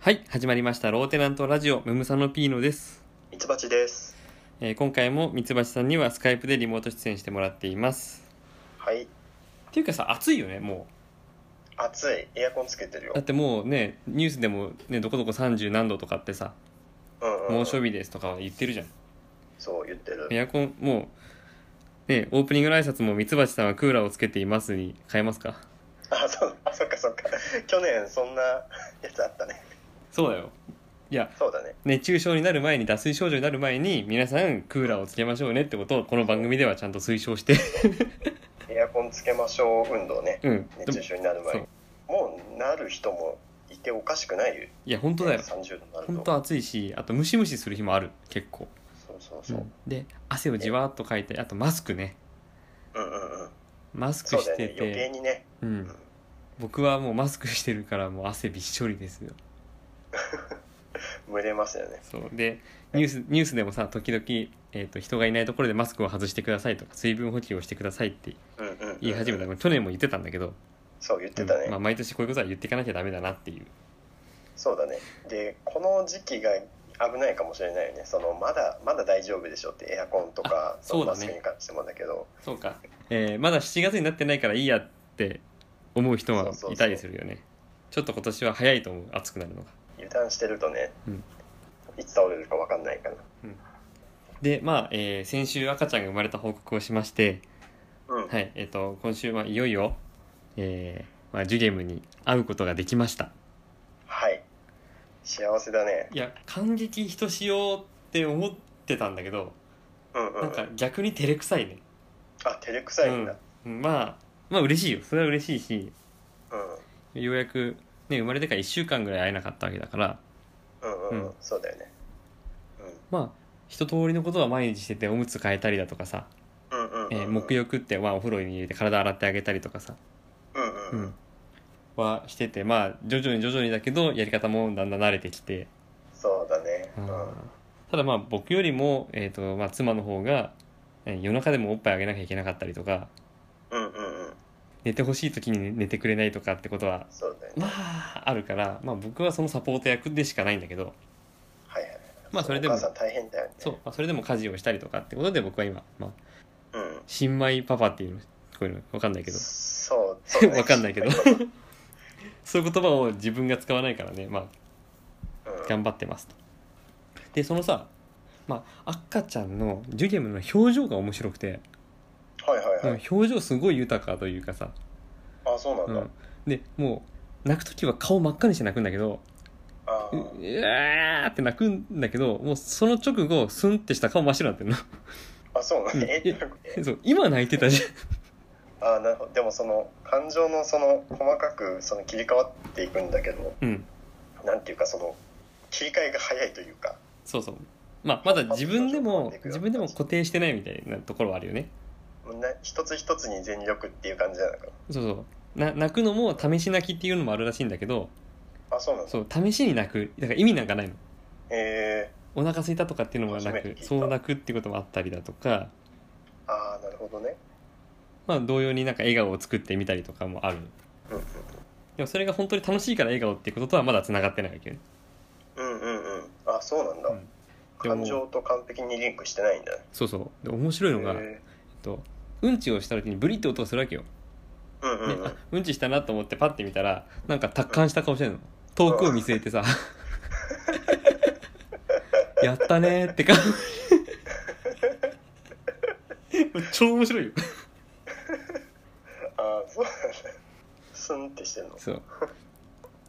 はい、始まりました。ローテナントラジオ、ムムサノピーノです。ミツバチです。えー今回もミツバチさんにはスカイプでリモート出演してもらっています。はい。っていうかさ、暑いよね、も暑い。エアコンつけてるよう。だっ。てもうね、ニュースでもね、どこどこ30何度とかってさ、うん、うん。猛暑日ですとかは言ってるじゃん。そう、言ってる。エアコン、もう、ね、オープニングの挨拶もミツバチさんはクーラーをつけていますに変えますか あ、そう、あ、そっかそっか。 去年そんなやつあったね。そうだよ。いや、そうだね。熱中症になる前に脱水症状になる前に皆さんクーラーをつけましょうねってことをこの番組ではちゃんと推奨してエアコンつけましょう運動ね。うん熱中症になる前そにう。もうなる人もいておかしくないよ。いや本当だよ30度になると。本当暑いしあとムシムシする日もある結構、そうそうそう。で汗をじわーっとかいてあとマスクねうんうんうん。マスクそうだしよてね。て余計にね。ううんん、僕はもうマスクしてるからもう汗びっしょりですよ蒸れますよね。そうでニュースニュースでもさ時々、えー、と人がいないところでマスクを外してくださいとか水分補給をしてくださいってうんうん、うん。言い始めたの去年も言ってたんだけど、そう、言ってたね。うんまあ、毎年こういうことは言っていかなきゃダメだなっていうそうだねでこの時期が危ないかもしれないよねそのまだまだ大丈夫でしょってエアコンとかあそうだマねスクに関してもだけどそうか、えーまだ7月になってないからいいやって思う人そはうそうそういたりするよねちょっと今年は早いと思う暑くなるのが油断してるとね、うんいつ倒れるか分かんないから、でまあ、えー先週赤ちゃんが生まれた報告をしまして、うんはいえー、と今週はいよいよ、えーまあ、ジュゲムに会うことができましたはい幸せだねいや感激ひとしおうって思ってたんだけどうんうんなんか逆に照れくさいね、あ照れくさいんだうん、まあまあ嬉しいよそれは嬉しいしうんようやく、ね、生まれてから1週間ぐらい会えなかったわけだからうんうん、ううんん、そうだよね、うまあ一通りのことは毎日してておむつ変えたりだとかさ、ん、うんうんうんえー、沐浴って、まあ、お風呂に入れて体洗ってあげたりとかさうんうんううん、ん、はしててまあ徐々に徐々にだけどやり方もだんだん慣れてきて、そうだねううんんうんただまあ僕よりも、えーとまあ、妻の方が、えー夜中でもおっぱいあげなきゃいけなかったりとかうんうん寝てほしい時に寝てくれないとかってことはそうだよねまああるから、まあ、僕はそのサポート役でしかないんだけど、はいはいまあ、それでおも母さん大変だよねそう、まあ、それでも家事をしたりとかってことで僕は今、まあ、うん新米パパっていうのこういうの分かんないけどそうそう、ね、わかんないけどそういう言葉を自分が使わないからねまあうん頑張ってますとでそのさまあ赤ちゃんのジュゲムの表情が面白くて、はいはいはい、表情すごい豊かというかさ、あそうなんうだ、ん、でもう泣く時は顔真っ赤にして泣くんだけどあうーうわーって泣くんだけどもうその直後スンってした顔真っ白になってるのあそうなんだ、うんええそう今泣いてたじあーなるほどでもその感情のその細かくその切り替わっていくんだけどゃん、うん、なんていうかその切り替えが早いというかそうそうまあまだ自分でも自分でも固定してないみたいなところはあるよねもうな一つ一つに全力っていう感じなのかそうそうな泣くのも試し泣きっていうのもあるらしいんだけどなあそうなんだそう試しに泣くだから意味なんかないのえお腹空いたとかっていうのもな初めてく聞いたそう泣くってこともあったりだとか、ー、ああなるほどねまあ、同様になんか笑顔を作ってみたりとかもあるうんでもそれが本当に楽しいから笑顔っていうこととはまだつながってないわけよねうんうんうんうんあそうなんだ、うんでも感情と完璧にリンクしてないんだねそうそうで面白いのが、えっえと、うんちをした時にブリって音がするわけよ、ねーうんううんうん、あうんちしたなと思ってパッて見たらなんか達観した顔してるの遠くを見据えて さやったねーって顔 超面白いよああそうなんだスンってしてるのそう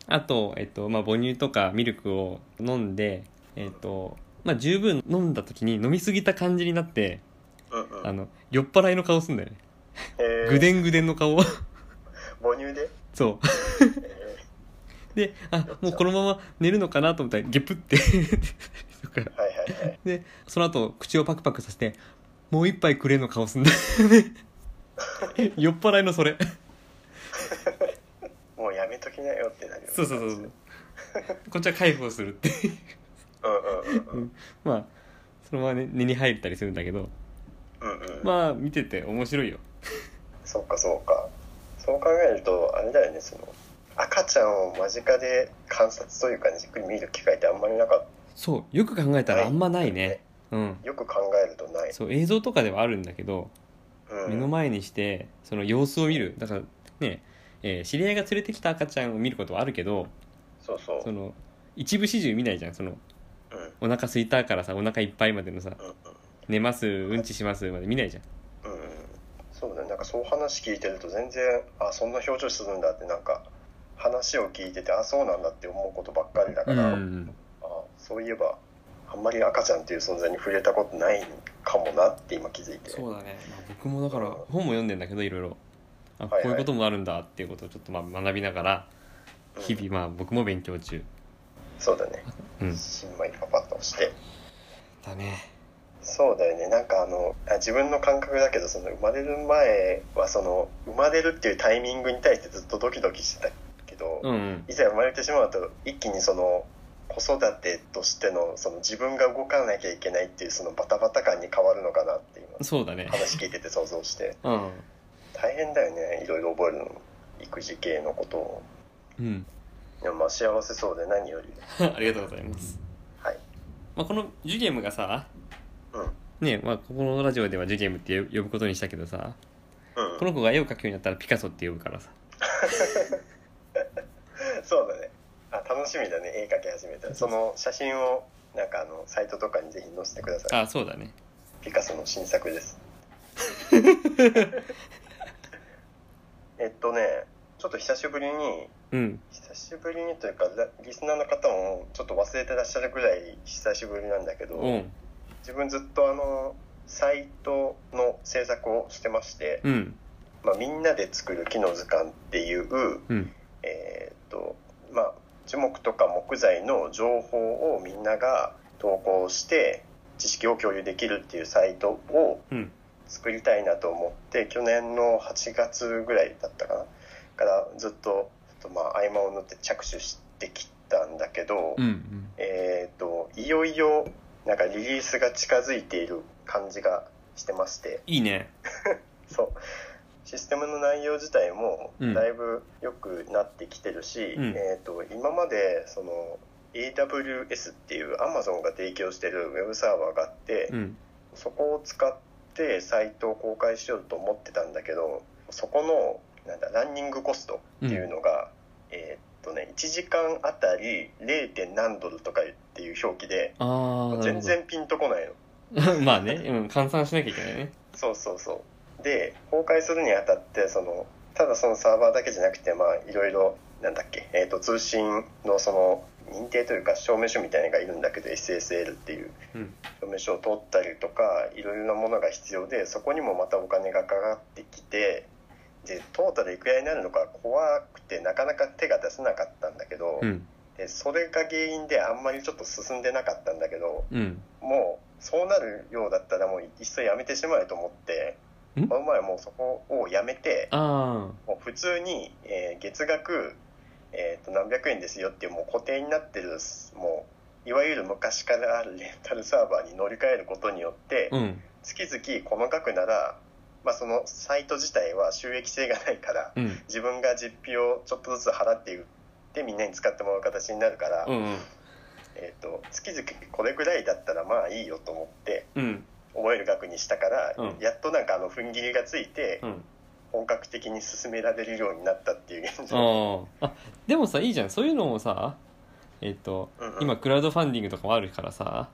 あと、えっとまあ、母乳とかミルクを飲んで、えっとまあ、十分飲んだ時に飲みすぎた感じになってうんうあんの酔っ払いの顔すんだよねえーぐでんぐでんの顔 母乳で、そうえであもうこのまま寝るのかなと思ったらゲップって とかーはいはいはいでその後口をパクパクさせて「もう一杯くれ」の顔すんだよね 酔っ払いのそれもうやめときなよってなるよねそうそうそうそうこっちは介抱するってうんうんうんうんまあそのままね寝に入ったりするんだけどうんうんまあ見てて面白いよそうかそうかそう考えるとあれだよねその赤ちゃんを間近で観察というかねじっくり見る機会ってあんまりなかっそうよく考えたらあんまたないよねうんよく考えるとない、そう映像とかではあるんだけどうん、目の前にしてその様子を見るだからね、えー知り合いが連れてきた赤ちゃんを見ることはあるけどそうそうその一部始終見ないじゃんそのうんうんお腹空いたからさお腹いっぱいまでのさ寝ますうんちしますまで見ないじゃんうんうんそうだねなんかそう話聞いてると全然あそんな表情するんだってなんか話を聞いててあそうなんだって思うことばっかりだから、うんあそういえばあんまり赤ちゃんっていう存在に触れたことないかもなって今気づいてそうだね、まあ、僕もだから本も読んでんだけどいろいろあこはいはいういうこともあるんだっていうことをちょっとまあ学びながらうん日々まあ僕も勉強中そうだねうん新米パパッと押してだねそうだよねなんかあのあ自分の感覚だけどその生まれる前はその生まれるっていうタイミングに対してずっとドキドキしてたけど、うんうんいざ生まれてしまうと一気にその子育てとしてのその自分が動かなきゃいけないっていうそのバタバタ感に変わるのかなって今そうだね話聞いてて想像してうん大変だよねいろいろ覚えるの育児系のことをうんいやまあ幸せそうで何より ありがとうございます、はいまあ、このジュゲームがさうんねまあ、ここのラジオではジュゲームって呼ぶことにしたけどさうんこの子が絵を描くようになったらピカソって呼ぶからさそうだねあ楽しみだね絵描き始めたらその写真をなんかあのサイトとかにぜひ載せてくださいあそうだねピカソの新作ですえっとねちょっと久しぶりにうん久しぶりにというかラリスナーの方もちょっと忘れてらっしゃるぐらい久しぶりなんだけど、うん自分ずっとあのサイトの制作をしてまして、うんまあ、みんなで作る木の図鑑っていう、うんえーっとまあ、樹木とか木材の情報をみんなが投稿して知識を共有できるっていうサイトをうん作りたいなと思って去年の8月ぐらいだったかなからずっとちょっとまあ合間を縫って着手してきたんだけど、うんえー、といよいよなんかリリースが近づいている感じがしてましていいねそうシステムの内容自体もうんだいぶ良くなってきてるし、うんえー、と今までその AWS っていう Amazon が提供してるウェブサーバーがあって、うんそこを使ってサイトを公開しようと思ってたんだけどそこのなんだランニングコストっていうのが、えーっとね1時間あたり 0. 点何ドルとかっていう表記でああ全然ピンとこない のまあね、うん、換算しなきゃいけないねそうそうそうで公開するにあたってそのただそのサーバーだけじゃなくてまあいろいろなんだっけ、えーっと通信のその認定というか証明書みたいなのがいるんだけど SSL っていううん証明書を取ったりとかいろいろなものが必要でそこにもまたお金がかかってきてでトータルいくらになるのか怖くてなかなか手が出せなかったんだけど、うんでそれが原因であんまりちょっと進んでなかったんだけどうんもうそうなるようだったらもういっそやめてしまえと思ってんこの前もうそこをやめてあもう普通に、えー月額、えー、と何百円ですよっていうもう固定になってるもういわゆる昔からあるレンタルサーバーに乗り換えることによって、あうん月々この額なら、まあ、そのサイト自体は収益性がないからうん自分が実費をちょっとずつ払っていってみんなに使ってもらう形になるから、うんうんえー、と月々これぐらいだったらまあいいよと思ってうん覚える額にしたから、うんやっとなんかあの踏ん切りがついてうん本格的に進められるようになったっていう現状あああでもさいいじゃんそういうのもさえっ、とうんうん今クラウドファンディングとかもあるからさ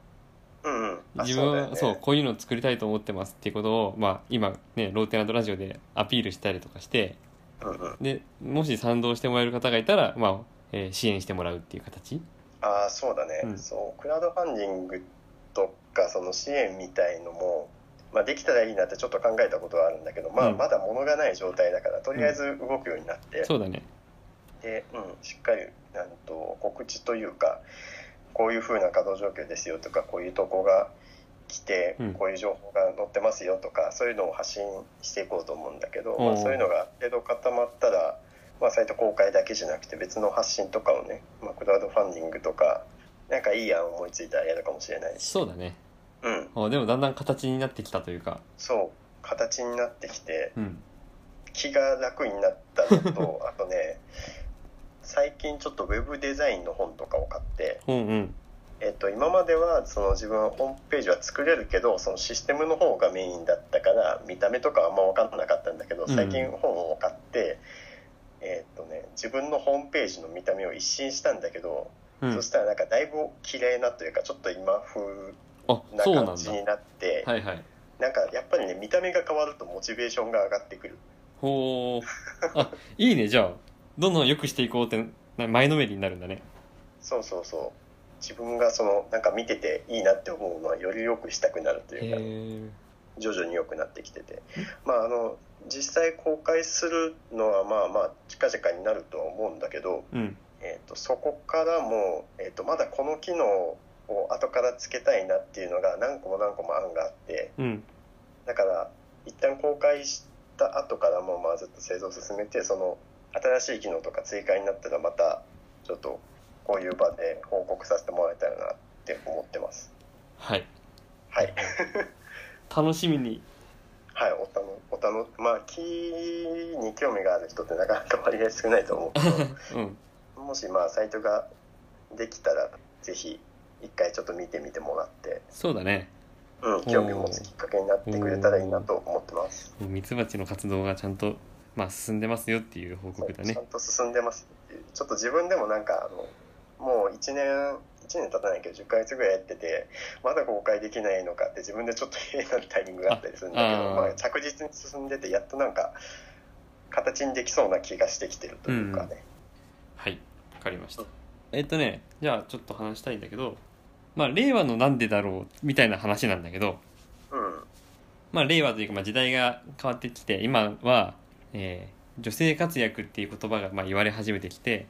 うんうん、あ自分はそう,、そうだよねこういうの作りたいと思ってますっていうことを、まあ、今ねローテナントラジオでアピールしたりとかしてうんうん、でもし賛同してもらえる方がいたら、まあえー支援してもらうっていう形ああそうだね、うんそうクラウドファンディングとかその支援みたいのも、まあ、できたらいいなってちょっと考えたことはあるんだけど、まあ、うんまだ物がない状態だからとりあえず動くようになって、そうだねで、うん、しっかりなんと告知というかこういうふうな稼働状況ですよとかこういう投稿が来て、うんこういう情報が載ってますよとかそういうのを発信していこうと思うんだけど、まおあ、ーそういうのがある程度固まったら、まあ、サイト公開だけじゃなくて別の発信とかをね、まあ、クラウドファンディングとかなんかいい案思いついたらやるかもしれないしそうだねうん、あでもだんだん形になってきたというかそう形になってきてうん気が楽になったのとあとね最近ちょっとウェブデザインの本とかを買って、うんうんえっと、今まではその自分はホームページは作れるけどそのシステムの方がメインだったから見た目とかはあんま分かんなかったんだけどうん最近本を買って、えっとね、自分のホームページの見た目を一新したんだけど、うんそしたらなんかだいぶ綺麗なというかちょっと今風あなそうな感んじだになってはいはいなんかやっぱりね見た目が変わるとモチベーションが上がってくるほうあいいねじゃあどんどん良くしていこうってな前のめりになるんだねそうそうそう自分がそのなんか見てていいなって思うのはより良くしたくなるとへいうかえ徐々に良くなってきててまああの実際公開するのはまあまあ近々になるとは思うんだけど、うんえー、とそこからも、えー、とまだこの機能を後からつけたいなっていうのが何個も何個も案があってうんだから一旦公開した後からもまあずっと製造を進めてその新しい機能とか追加になったらまたちょっとこういう場で報告させてもらえたらなって思ってますはいはい楽しみにはい、おたの、おたの、まあ、木に興味がある人ってなかなか割合少ないと思うけ うんど、もし、まあ、サイトができたら、ぜひ、一回ちょっと見てみてもらって、そうだねうん、興味を持つきっかけになってくれたらいいなと思ってます。もうミツバチの活動がちゃんと、まあ、進んでますよっていう報告だちねゃんと進んでます。ちょっと自分でもなんか、あの、もう1年、1年経たないけど、10ヶ月ぐらいやってて、まだ公開できないのかって、自分でちょっと変なタイミングがあったりするんだけど、ああーまあ、着実に進んでて、やっとなんか、形にできそうな気がしてきてるというかね。はいわかりましたえっとねじゃあちょっと話したいんだけどまあ令和のなんでだろうみたいな話なんだけどうんまあ令和というかまあ時代が変わってきて今は、えー女性活躍っていう言葉がまあ言われ始めてきて、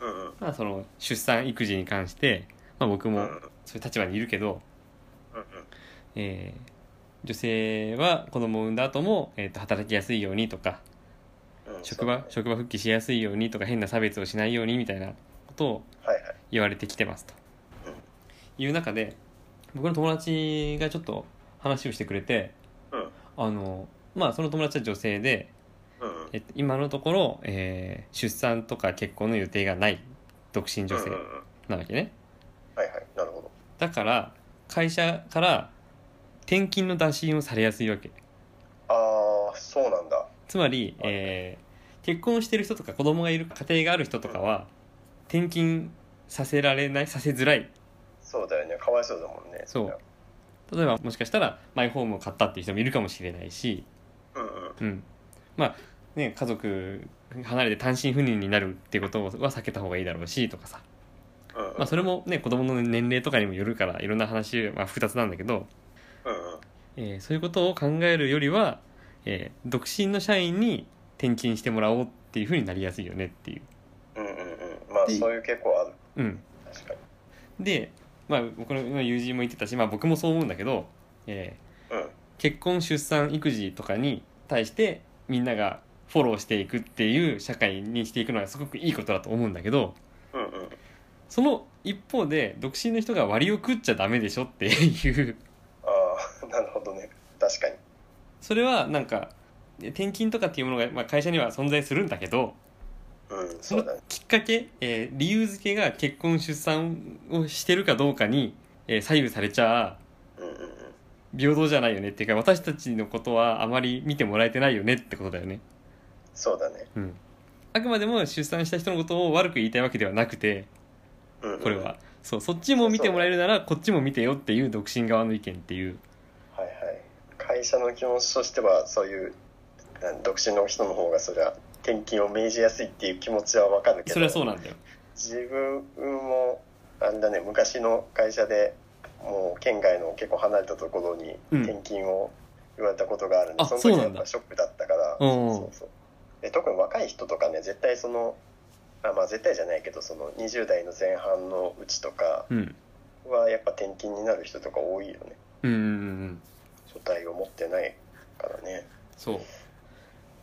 うんうんまあ、その出産育児に関して、まあ、僕うんもうんそういう立場にいるけど、うんえー女性は子供を産んだ後も、えー、と働きやすいようにとかうんうん職場そう職場復帰しやすいようにとか変な差別をしないようにみたいなことをはいはい言われてきてますとうんいう中で僕の友達がちょっと話をしてくれてうんあのまあその友達は女性で、うんうんえっと、今のところ、えー出産とか結婚の予定がない独身女性うんうんうんなわけねはいはいなるほどだから会社から転勤の打診をされやすいわけああそうなんだつまり、はいえー結婚してる人とか子供がいる家庭がある人とかは転勤させられないさせづらいそうだよねかわいそうだもんねそうりゃ例えばもしかしたらマイホームを買ったっていう人もいるかもしれないし、うんうんうん、まあね家族離れて単身赴任になるっていうことは避けた方がいいだろうしとかさ、うんうんまあ、それもね子供の年齢とかにもよるからいろんな話は複雑なんだけど、うんうんえーそういうことを考えるよりは、えー独身の社員に転勤してもらおうっていうふうになりやすいよねっていう。うんうんうんまあそういう傾向あるうん確かにで、まあ、僕の友人も言ってたし、まあ、僕もそう思うんだけど、えうんー結婚出産育児とかに対してみんながフォローしていくっていう社会にしていくのはすごくいいことだと思うんだけどうんうんその一方で独身の人が割を食っちゃダメでしょっていうああ なるほどね確かにそれはなんか転勤とかっていうものが、まあ、会社には存在するんだけどうんそそのうだねきっかけ、えー理由付けが結婚出産をしてるかどうかに、えー左右されちゃうんうんうん平等じゃないよねっていうか私たちのことはあまり見てもらえてないよねってことだよね、そうだねうん、あくまでも出産した人のことを悪く言いたいわけではなくてうんうんこれはそうそっちも見てもらえるならこっちも見てよっていう独身側の意見っていうはいはい会社の気持ちとしてはそういうなん独身の人の方がそりゃ転勤を命じやすいっていう気持ちはわかるけどそれはそうなんだよ自分もあれだね昔の会社でもう県外の結構離れたところにうん転勤を言われたことがあるんで、あそのそう時なやんっだぱショックだったからうんうんそうそうで特に若い人とかね絶対そのあまあ絶対じゃないけどその20代の前半のうちとかうんはやっぱ転勤になる人とか多いよねうんうんうん所帯を持ってないからねそう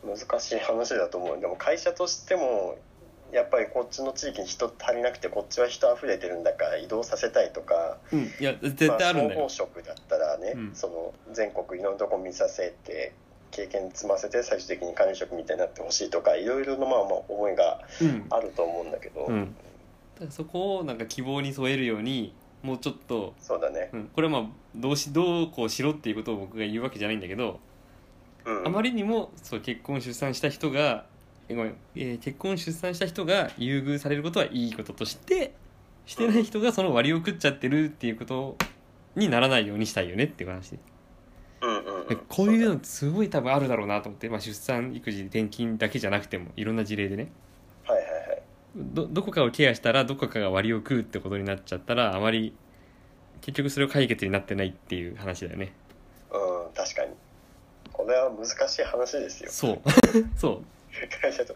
難しい話だと思うでも会社としてもやっぱりこっちの地域に人足りなくてこっちは人溢れてるんだから移動させたいとかうんいや絶対あるんだまあ、よ総合職だったらね、うんその全国いろんなとこ見させて経験積ませて最終的に管理職みたいになってほしいとかいろいろのまあまあ思いがうんあると思うんだけど、うんだからそこをなんか希望に添えるようにもうちょっと、そうだね、うん、これはまあどうしどうこうしろっていうことを僕が言うわけじゃないんだけどうん、あまりにもそう結婚出産した人がえごめん、えー結婚出産した人が優遇されることはいいこととしてしてない人がその割を食っちゃってるっていうことにならないようにしたいよねっていう話うんうんうん、こういうのすごい多分あるだろうなと思って、まあ、出産育児転勤だけじゃなくてもいろんな事例でねはいはいはいどどこかをケアしたらどこかが割を食うってことになっちゃったらあまり結局それを解決になってないっていう話だよねうん確かにこれは難しい話ですよそう そう 会社と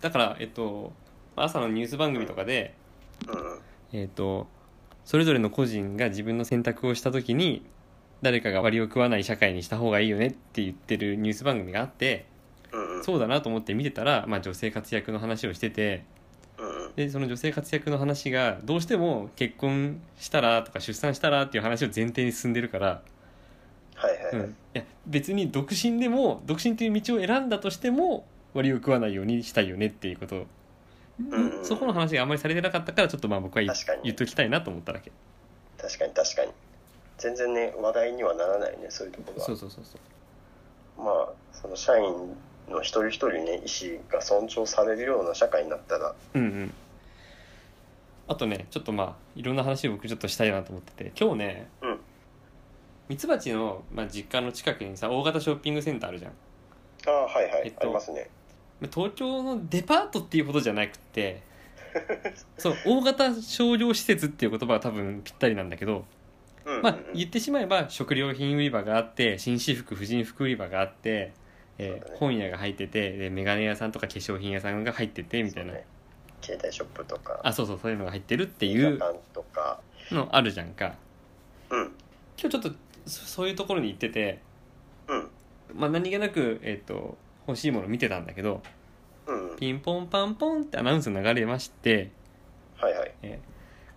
だからえっと朝のニュース番組とかで、うんえー、とそれぞれの個人が自分の選択をした時に誰かが割を食わない社会にした方がいいよねって言ってるニュース番組があってうんうんそうだなと思って見てたら、まあ、女性活躍の話をしててうんうんでその女性活躍の話がどうしても結婚したらとか出産したらっていう話を前提に進んでるから、はいはいはうい、ん、いや別に独身でも独身という道を選んだとしても割を食わないようにしたいよねっていうこと、うんそこの話があんまりされてなかったからちょっとまあ僕は言確かに言っときたいなと思っただけ。確かに確かに全然ね話題にはならないねそういうところはそうそうそうそうまあその社員の一人一人ね意思が尊重されるような社会になったらうんうんあとねちょっとまあいろんな話を僕ちょっとしたいなと思ってて今日ねうんミツバチの、まあ、実家の近くにさ大型ショッピングセンターあるじゃんああはいはい、えっとありますねまあ東京のデパートっていうほどじゃなく てそう大型商業施設っていう言葉は多分ぴったりなんだけど、うんうんうんまあ、言ってしまえば食料品売り場があって紳士服婦人服売り場があって、えそうだーね本屋が入っててでメガネ屋さんとか化粧品屋さんが入っててみたいな、そうね携帯ショップとかあそうそうそういうのが入ってるって映いう画館とかのあるじゃんかうん今日ちょっとそそういうところに行ってて、うんまあ、何気なく、えっと欲しいもの見てたんだけどうんピンポンパンポンってアナウンス流れまして、はいはいえー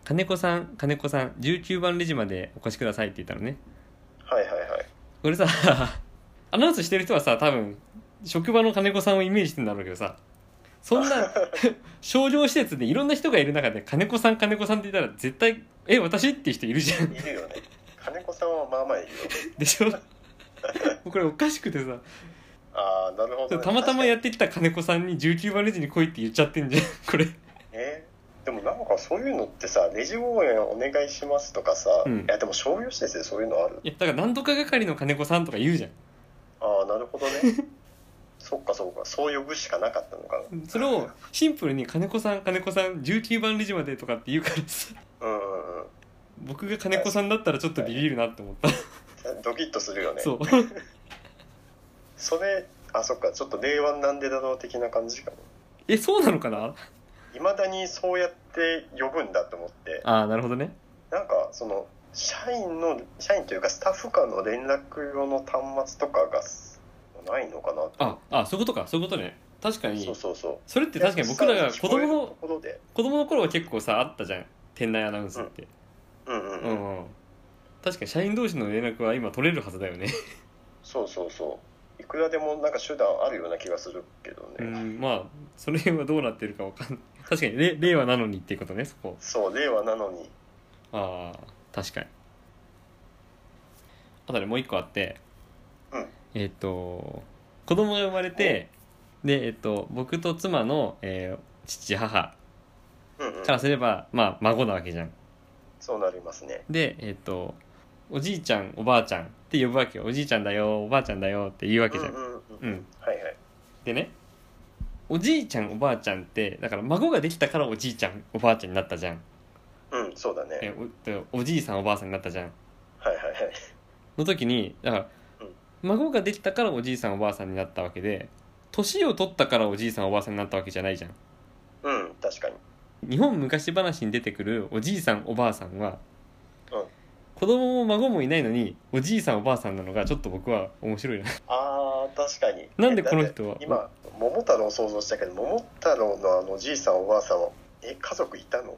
金子さん金子さん19番レジまでお越しくださいって言ったのねはいはいはいこれさ アナウンスしてる人はさ多分職場の金子さんをイメージしてんだろうけどさそんな商業施設でいろんな人がいる中で金子さん金子さんって言ったら絶対「え私?」っていう人いるじゃんいるよね金子さんはまあまあいるよでしょ もうこれおかしくてさああなるほど、ね、たまたまやっってきた金子さんに19番レジに来いって言っちゃってん じゃんこれえーでもなんかそういうのってさレジ応援お願いしますとかさ、うんいやでも商業施設でそういうのあるいやだから何とか係の金子さんとか言うじゃんああなるほどね そっかそっかそう呼ぶしかなかったのかそれをシンプルに金子さん金子さん19番レジまでとかって言うからさ なうんうんうん僕が金子さんだったらちょっとビビるなって思った、ドキッとするよねそう それあそっかちょっと令和なんでだろう的な感じかもえそうなのかないまだにそうやって呼ぶんだと思ってああなるほどねなんかその社員の社員というかスタッフ間の連絡用の端末とかがすないのかなとああそういうことかそういうことね確かそうにそうそうそれって確かに僕らが子供のところで子供の頃は結構さあったじゃん店内アナウンスってうんううん、うん、ん、うん、確かに社員同士の連絡は今取れるはずだよねそうそうそういくらでもなんか手段あるような気がするけどうね、んまあその辺はどうなってるかわかんない 確かにれ令和なのにっていうことねそこそう令和なのにああ確かにあとねもう一個あって、うんえっ、と子供が生まれてでえっ、と僕と妻の、えー父母うんうんからすれば、まあ孫なわけじゃんそうなりますねでえっ、とおじいちゃんおばあちゃんって呼ぶわけよおじいちゃんだよおばあちゃんだよって言うわけじゃん、うんうんううんん、はいはいでねおじいちゃんおばあちゃんってだから孫ができたからおじいちゃんおばあちゃんになったじゃんうんそうだねえおでおじいさんおばあさんになったじゃんはいはいはいの時にだからうん孫ができたからおじいさんおばあさんになったわけで年を取ったからおじいさんおばあさんになったわけじゃないじゃんうん確かに日本昔話に出てくるおじいさんおばあさんは、うん子供も孫もいないのにおじいさんおばあさんなのがちょっと僕は面白いな あー確かになんでこのえだって人は今桃太郎を想像したけど桃太郎のあのじいさんおばあさんはえ家族いたの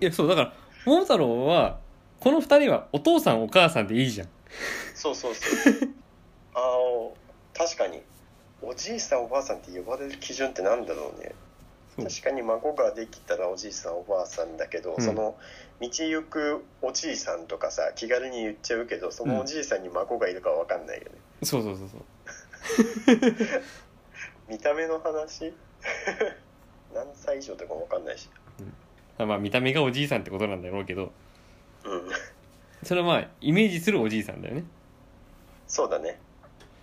いやそうだから桃太郎はこの二人はお父さんお母さんでいいじゃんそうそうそう あ確かにおじいさんおばあさんって呼ばれる基準ってなんだろうねそう確かに孫ができたらおじいさんおばあさんだけど、うんその道行くおじいさんとかさ気軽に言っちゃうけどそのおじいさんに孫がいるかわかんないよね、そうそうそうそう見た目の話 何歳以上とかもわかんないしあまあ見た目がおじいさんってことなんだろうけどうんそれはまあイメージするおじいさんだよねそうだね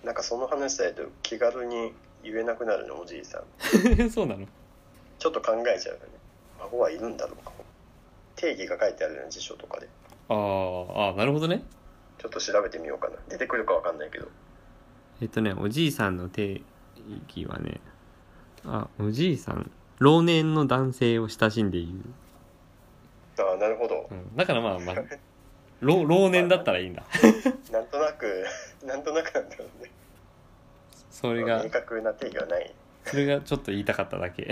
なんかその話だと気軽に言えなくなるのおじいさ んそうなのちょっと考えちゃうよね孫はいるんだろうか定義が書いてあるよね辞書とかであーあーなるほどねちょっと調べてみようかな出てくるかわかんないけどえっとねおじいさんの定義はねあおじいさん老年の男性を親しんでいる、ああなるほどうん、だからまあまあ老老年だったらいいんだなんとなく なんとなくなんだろうねそれが明確な定義はないそれがちょっと言いたかっただ け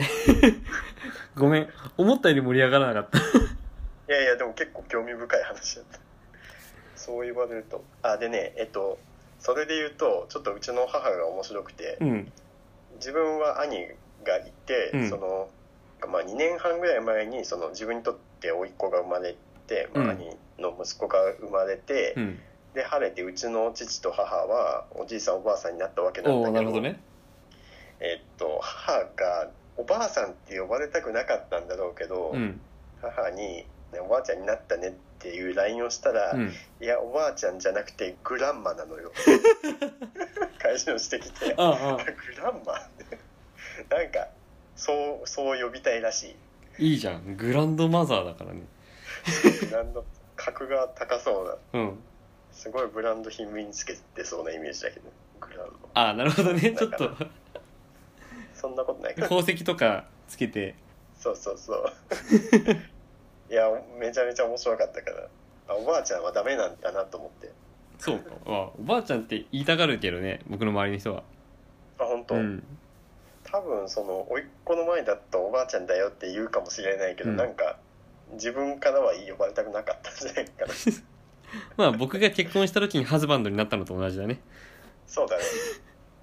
ごめん思ったより盛り上がらなかったいやいやでも結構興味深い話だったそう言われるとあでねえっとそれで言うとちょっとうちの母が面白くてうん自分は兄がいて、うんそのまあ、2年半ぐらい前にその自分にとって甥っ子が生まれて、まあうん兄の息子が生まれて、うんで晴れてうちの父と母はおじいさんおばあさんになったわけなんおだおなけどるほどねえっと、母がおばあさんって呼ばれたくなかったんだろうけど、うん母に、ね「おばあちゃんになったね」っていう LINE をしたら「うんいやおばあちゃんじゃなくてグランマな のよ」返しをしてきて「グああああランマ?」 なんかそうそう呼びたいらしいいじゃんグランドマザーだからねいブランド格が高そうなうんすごいブランド品身につけてそうなイメージだけどグランマああなるほどねちょっだとそんなことないか宝石とかつけてそうそうそう いやめちゃめちゃ面白かったからあおばあちゃんはダメなんだなと思ってそうか、まあ、おばあちゃんって言いたがるけどね僕の周りの人はあ本当、うん多分その甥っ子の前だったおばあちゃんだよって言うかもしれないけど、うんなんか自分からは呼ばれたくなかったんじゃない かなまあ僕が結婚した時にハズバンドになったのと同じだねそうだね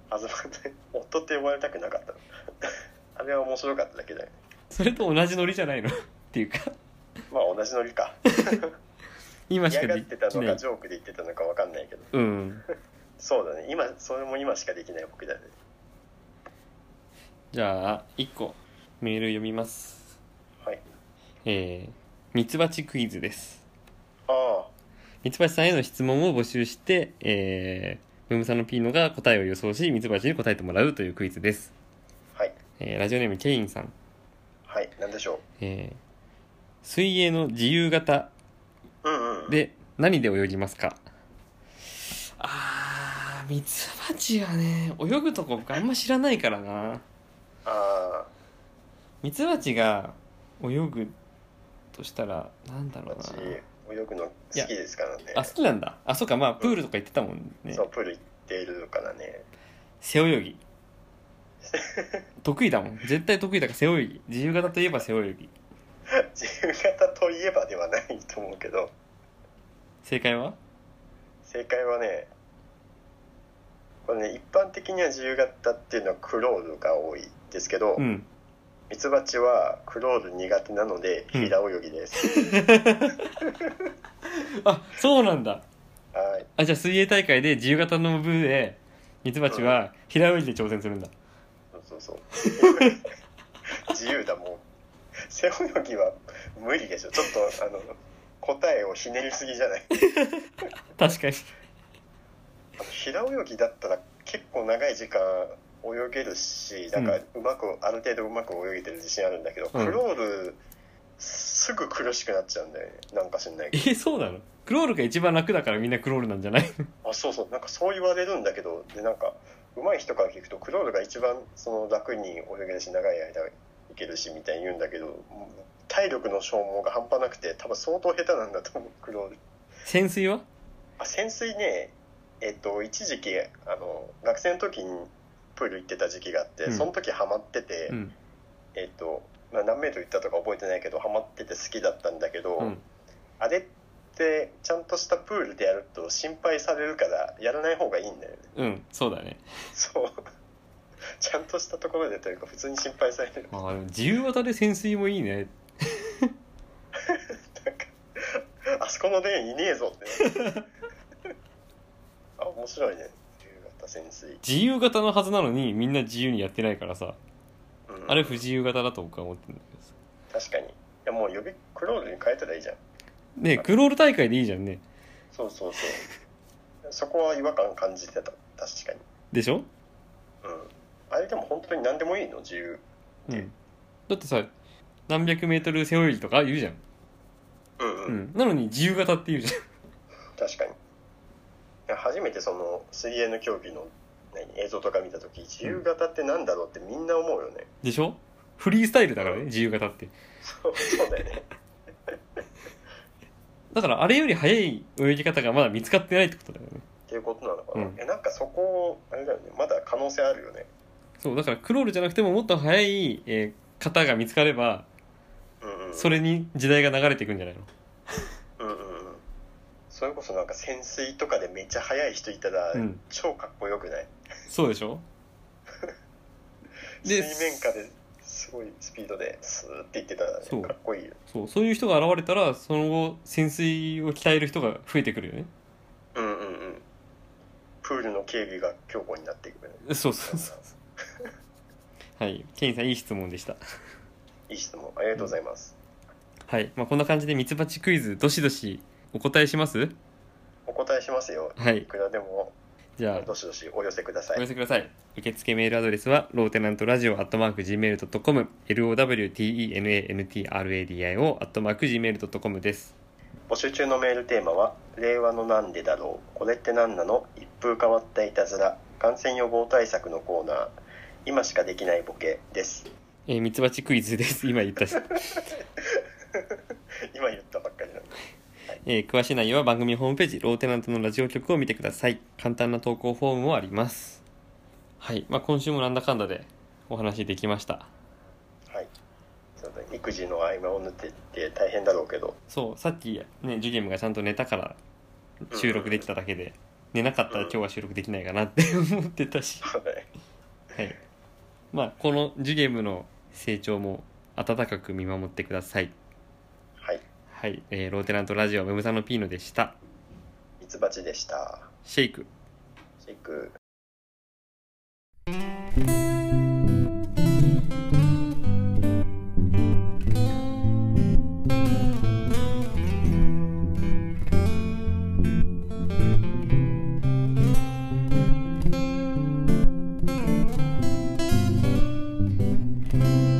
あずまって夫って呼ばれたくなかった あれは面白かっただけだよねそれと同じノリじゃないの っていうかまあ同じノリか今し嫌かがっでてたきのなかいジョークで言ってたのかわかんないけどうんそうだね今それも今しかできない僕だねじゃあ1個メール読みますはいえー、ミツバチクイズですあミツバチさんへの質問を募集して、えー、ブームさんのピーノが答えを予想しミツバチに答えてもらうというクイズです、あはいえーラジオネームケインさん、はいなんでしょえー水泳の自由形ううんうんで何で泳ぎますかあーミツバチはね泳ぐとこ僕あんま知らないからなあミツバチが泳ぐとしたらなんだあろうな私泳ぐの好きですからねあ好きなんだあそうかまあプールとか行ってたもんねそうプール行っているからね背泳 ぎ得意だもん絶対得意だから背泳ぎ自由形といえば背泳ぎ自由形といえばではないと思うけど正解は正解はねこれね一般的には自由形っていうのはクロールが多いですけど、うんミツバチはクロール苦手なのでうん平泳ぎです、 あそうなんだはいあじゃあ水泳大会で自由形の部でミツバチは平泳ぎで挑戦するんだそうそう そう自由だもう背泳ぎは無理でしょちょっとあの答えをひねりすぎじゃない確かに平泳ぎだったら結構長い時間泳げるしなんかうまく、ある程度うまく泳げてる自信あるんだけど、うんクロールすぐ苦しくなっちゃうんだよねなんか知んないけどえそうなのクロールが一番楽だからみんなクロールなんじゃないあそうそうなんかそう言われるんだけどでなんか上手い人から聞くとクロールが一番その楽に泳げるし長い間いけるしみたいに言うんだけどもう体力の消耗が半端なくて多分相当下手なんだと思うクロール 潜水はあ潜水ねえっと一時期あの学生の時にプール行ってた時期があって、うんその時ハマってて、うんえっと、まあ、何メートル行ったとか覚えてないけどハマってて好きだったんだけど、うんあれっってちゃんとしたプールでやると心配されるからやらない方がいいんだよね うんそうだねそうちゃんとしたところでというか普通に心配されるあーでも自由形で潜水もいいねあそこのレーンいねえぞってな るあ面白いね夕方潜水、自由形のはずなのにみんな自由にやってないからさうんあれ不自由形だと僕は思ってるんだけどさ確かにいやもう予備クロールに変えたらいいじゃんねえクロール大会でいいじゃんねそうそうそうそこは違和感感じてた確かにでしょ、うんあれでも本当に何でもいいの自由うん、だってさ何百メートル背泳ぎとか言うじゃん、うんうん、うん、なのに自由形って言うじゃん確かにいや初めてその水泳の競技の何映像とか見た時自由形ってなんだろうってみんな思うよね、でしょフリースタイルだからね自由形ってそうそうだ よねだからあれより速い泳ぎ方がまだ見つかってないってことだよねっていうことなのかな、うんえなんかそこあれだよねまだ可能性あるよねそうだからクロールじゃなくてももっと速い、えー方が見つかればうんうんそれに時代が流れていくんじゃないのうんうんうんそれこそなんか潜水とかでめっちゃ速い人いたらうん超かっこよくない、そうでし ょ水面下ですごいスピードでスーっていってたら、ね、そうかっこいいよそうそういう人が現れたらその後潜水を鍛える人が増えてくるよ ねうんうんうんプールの警備が強固になっていくよねそうそうそうそうはいケインさんいい質問でしたいい質問ありがとうございます、はい、まあ、こんな感じでミツバチクイズどしどしお答えしますお答えしますよはいいくらでもじゃあどしどしお寄せくださお寄いせください受付メールアドレスはローテナントラジオアットマーク Gmail.com lowtenantradio アットマーク Gmail.com です募集中のメールテーマは「令和のなんでだろうこれって何なの一風変わったいたずら感染予防対策のコーナー今しかできないボケ」ですえーミツバチクイズです 今言ったし、今言ったばっかりなのえー詳しい内容は番組ホームページローテナントのラジオ局を見てください簡単な投稿フォームもありますはい、まあ、今週もなんだかんだでお話できましたはいちょっと育児の合間を縫ってって大変だろうけど そうさっきねジュゲムがちゃんと寝たから収録できただけで寝なかったら今日は収録できないかなって思ってたしはいはい、まあこのジュゲムの成長も温かく見守ってくださいはいはい、えーローテナントラジオムムサノピーノでしたミツバチでしたシェイクシェイク「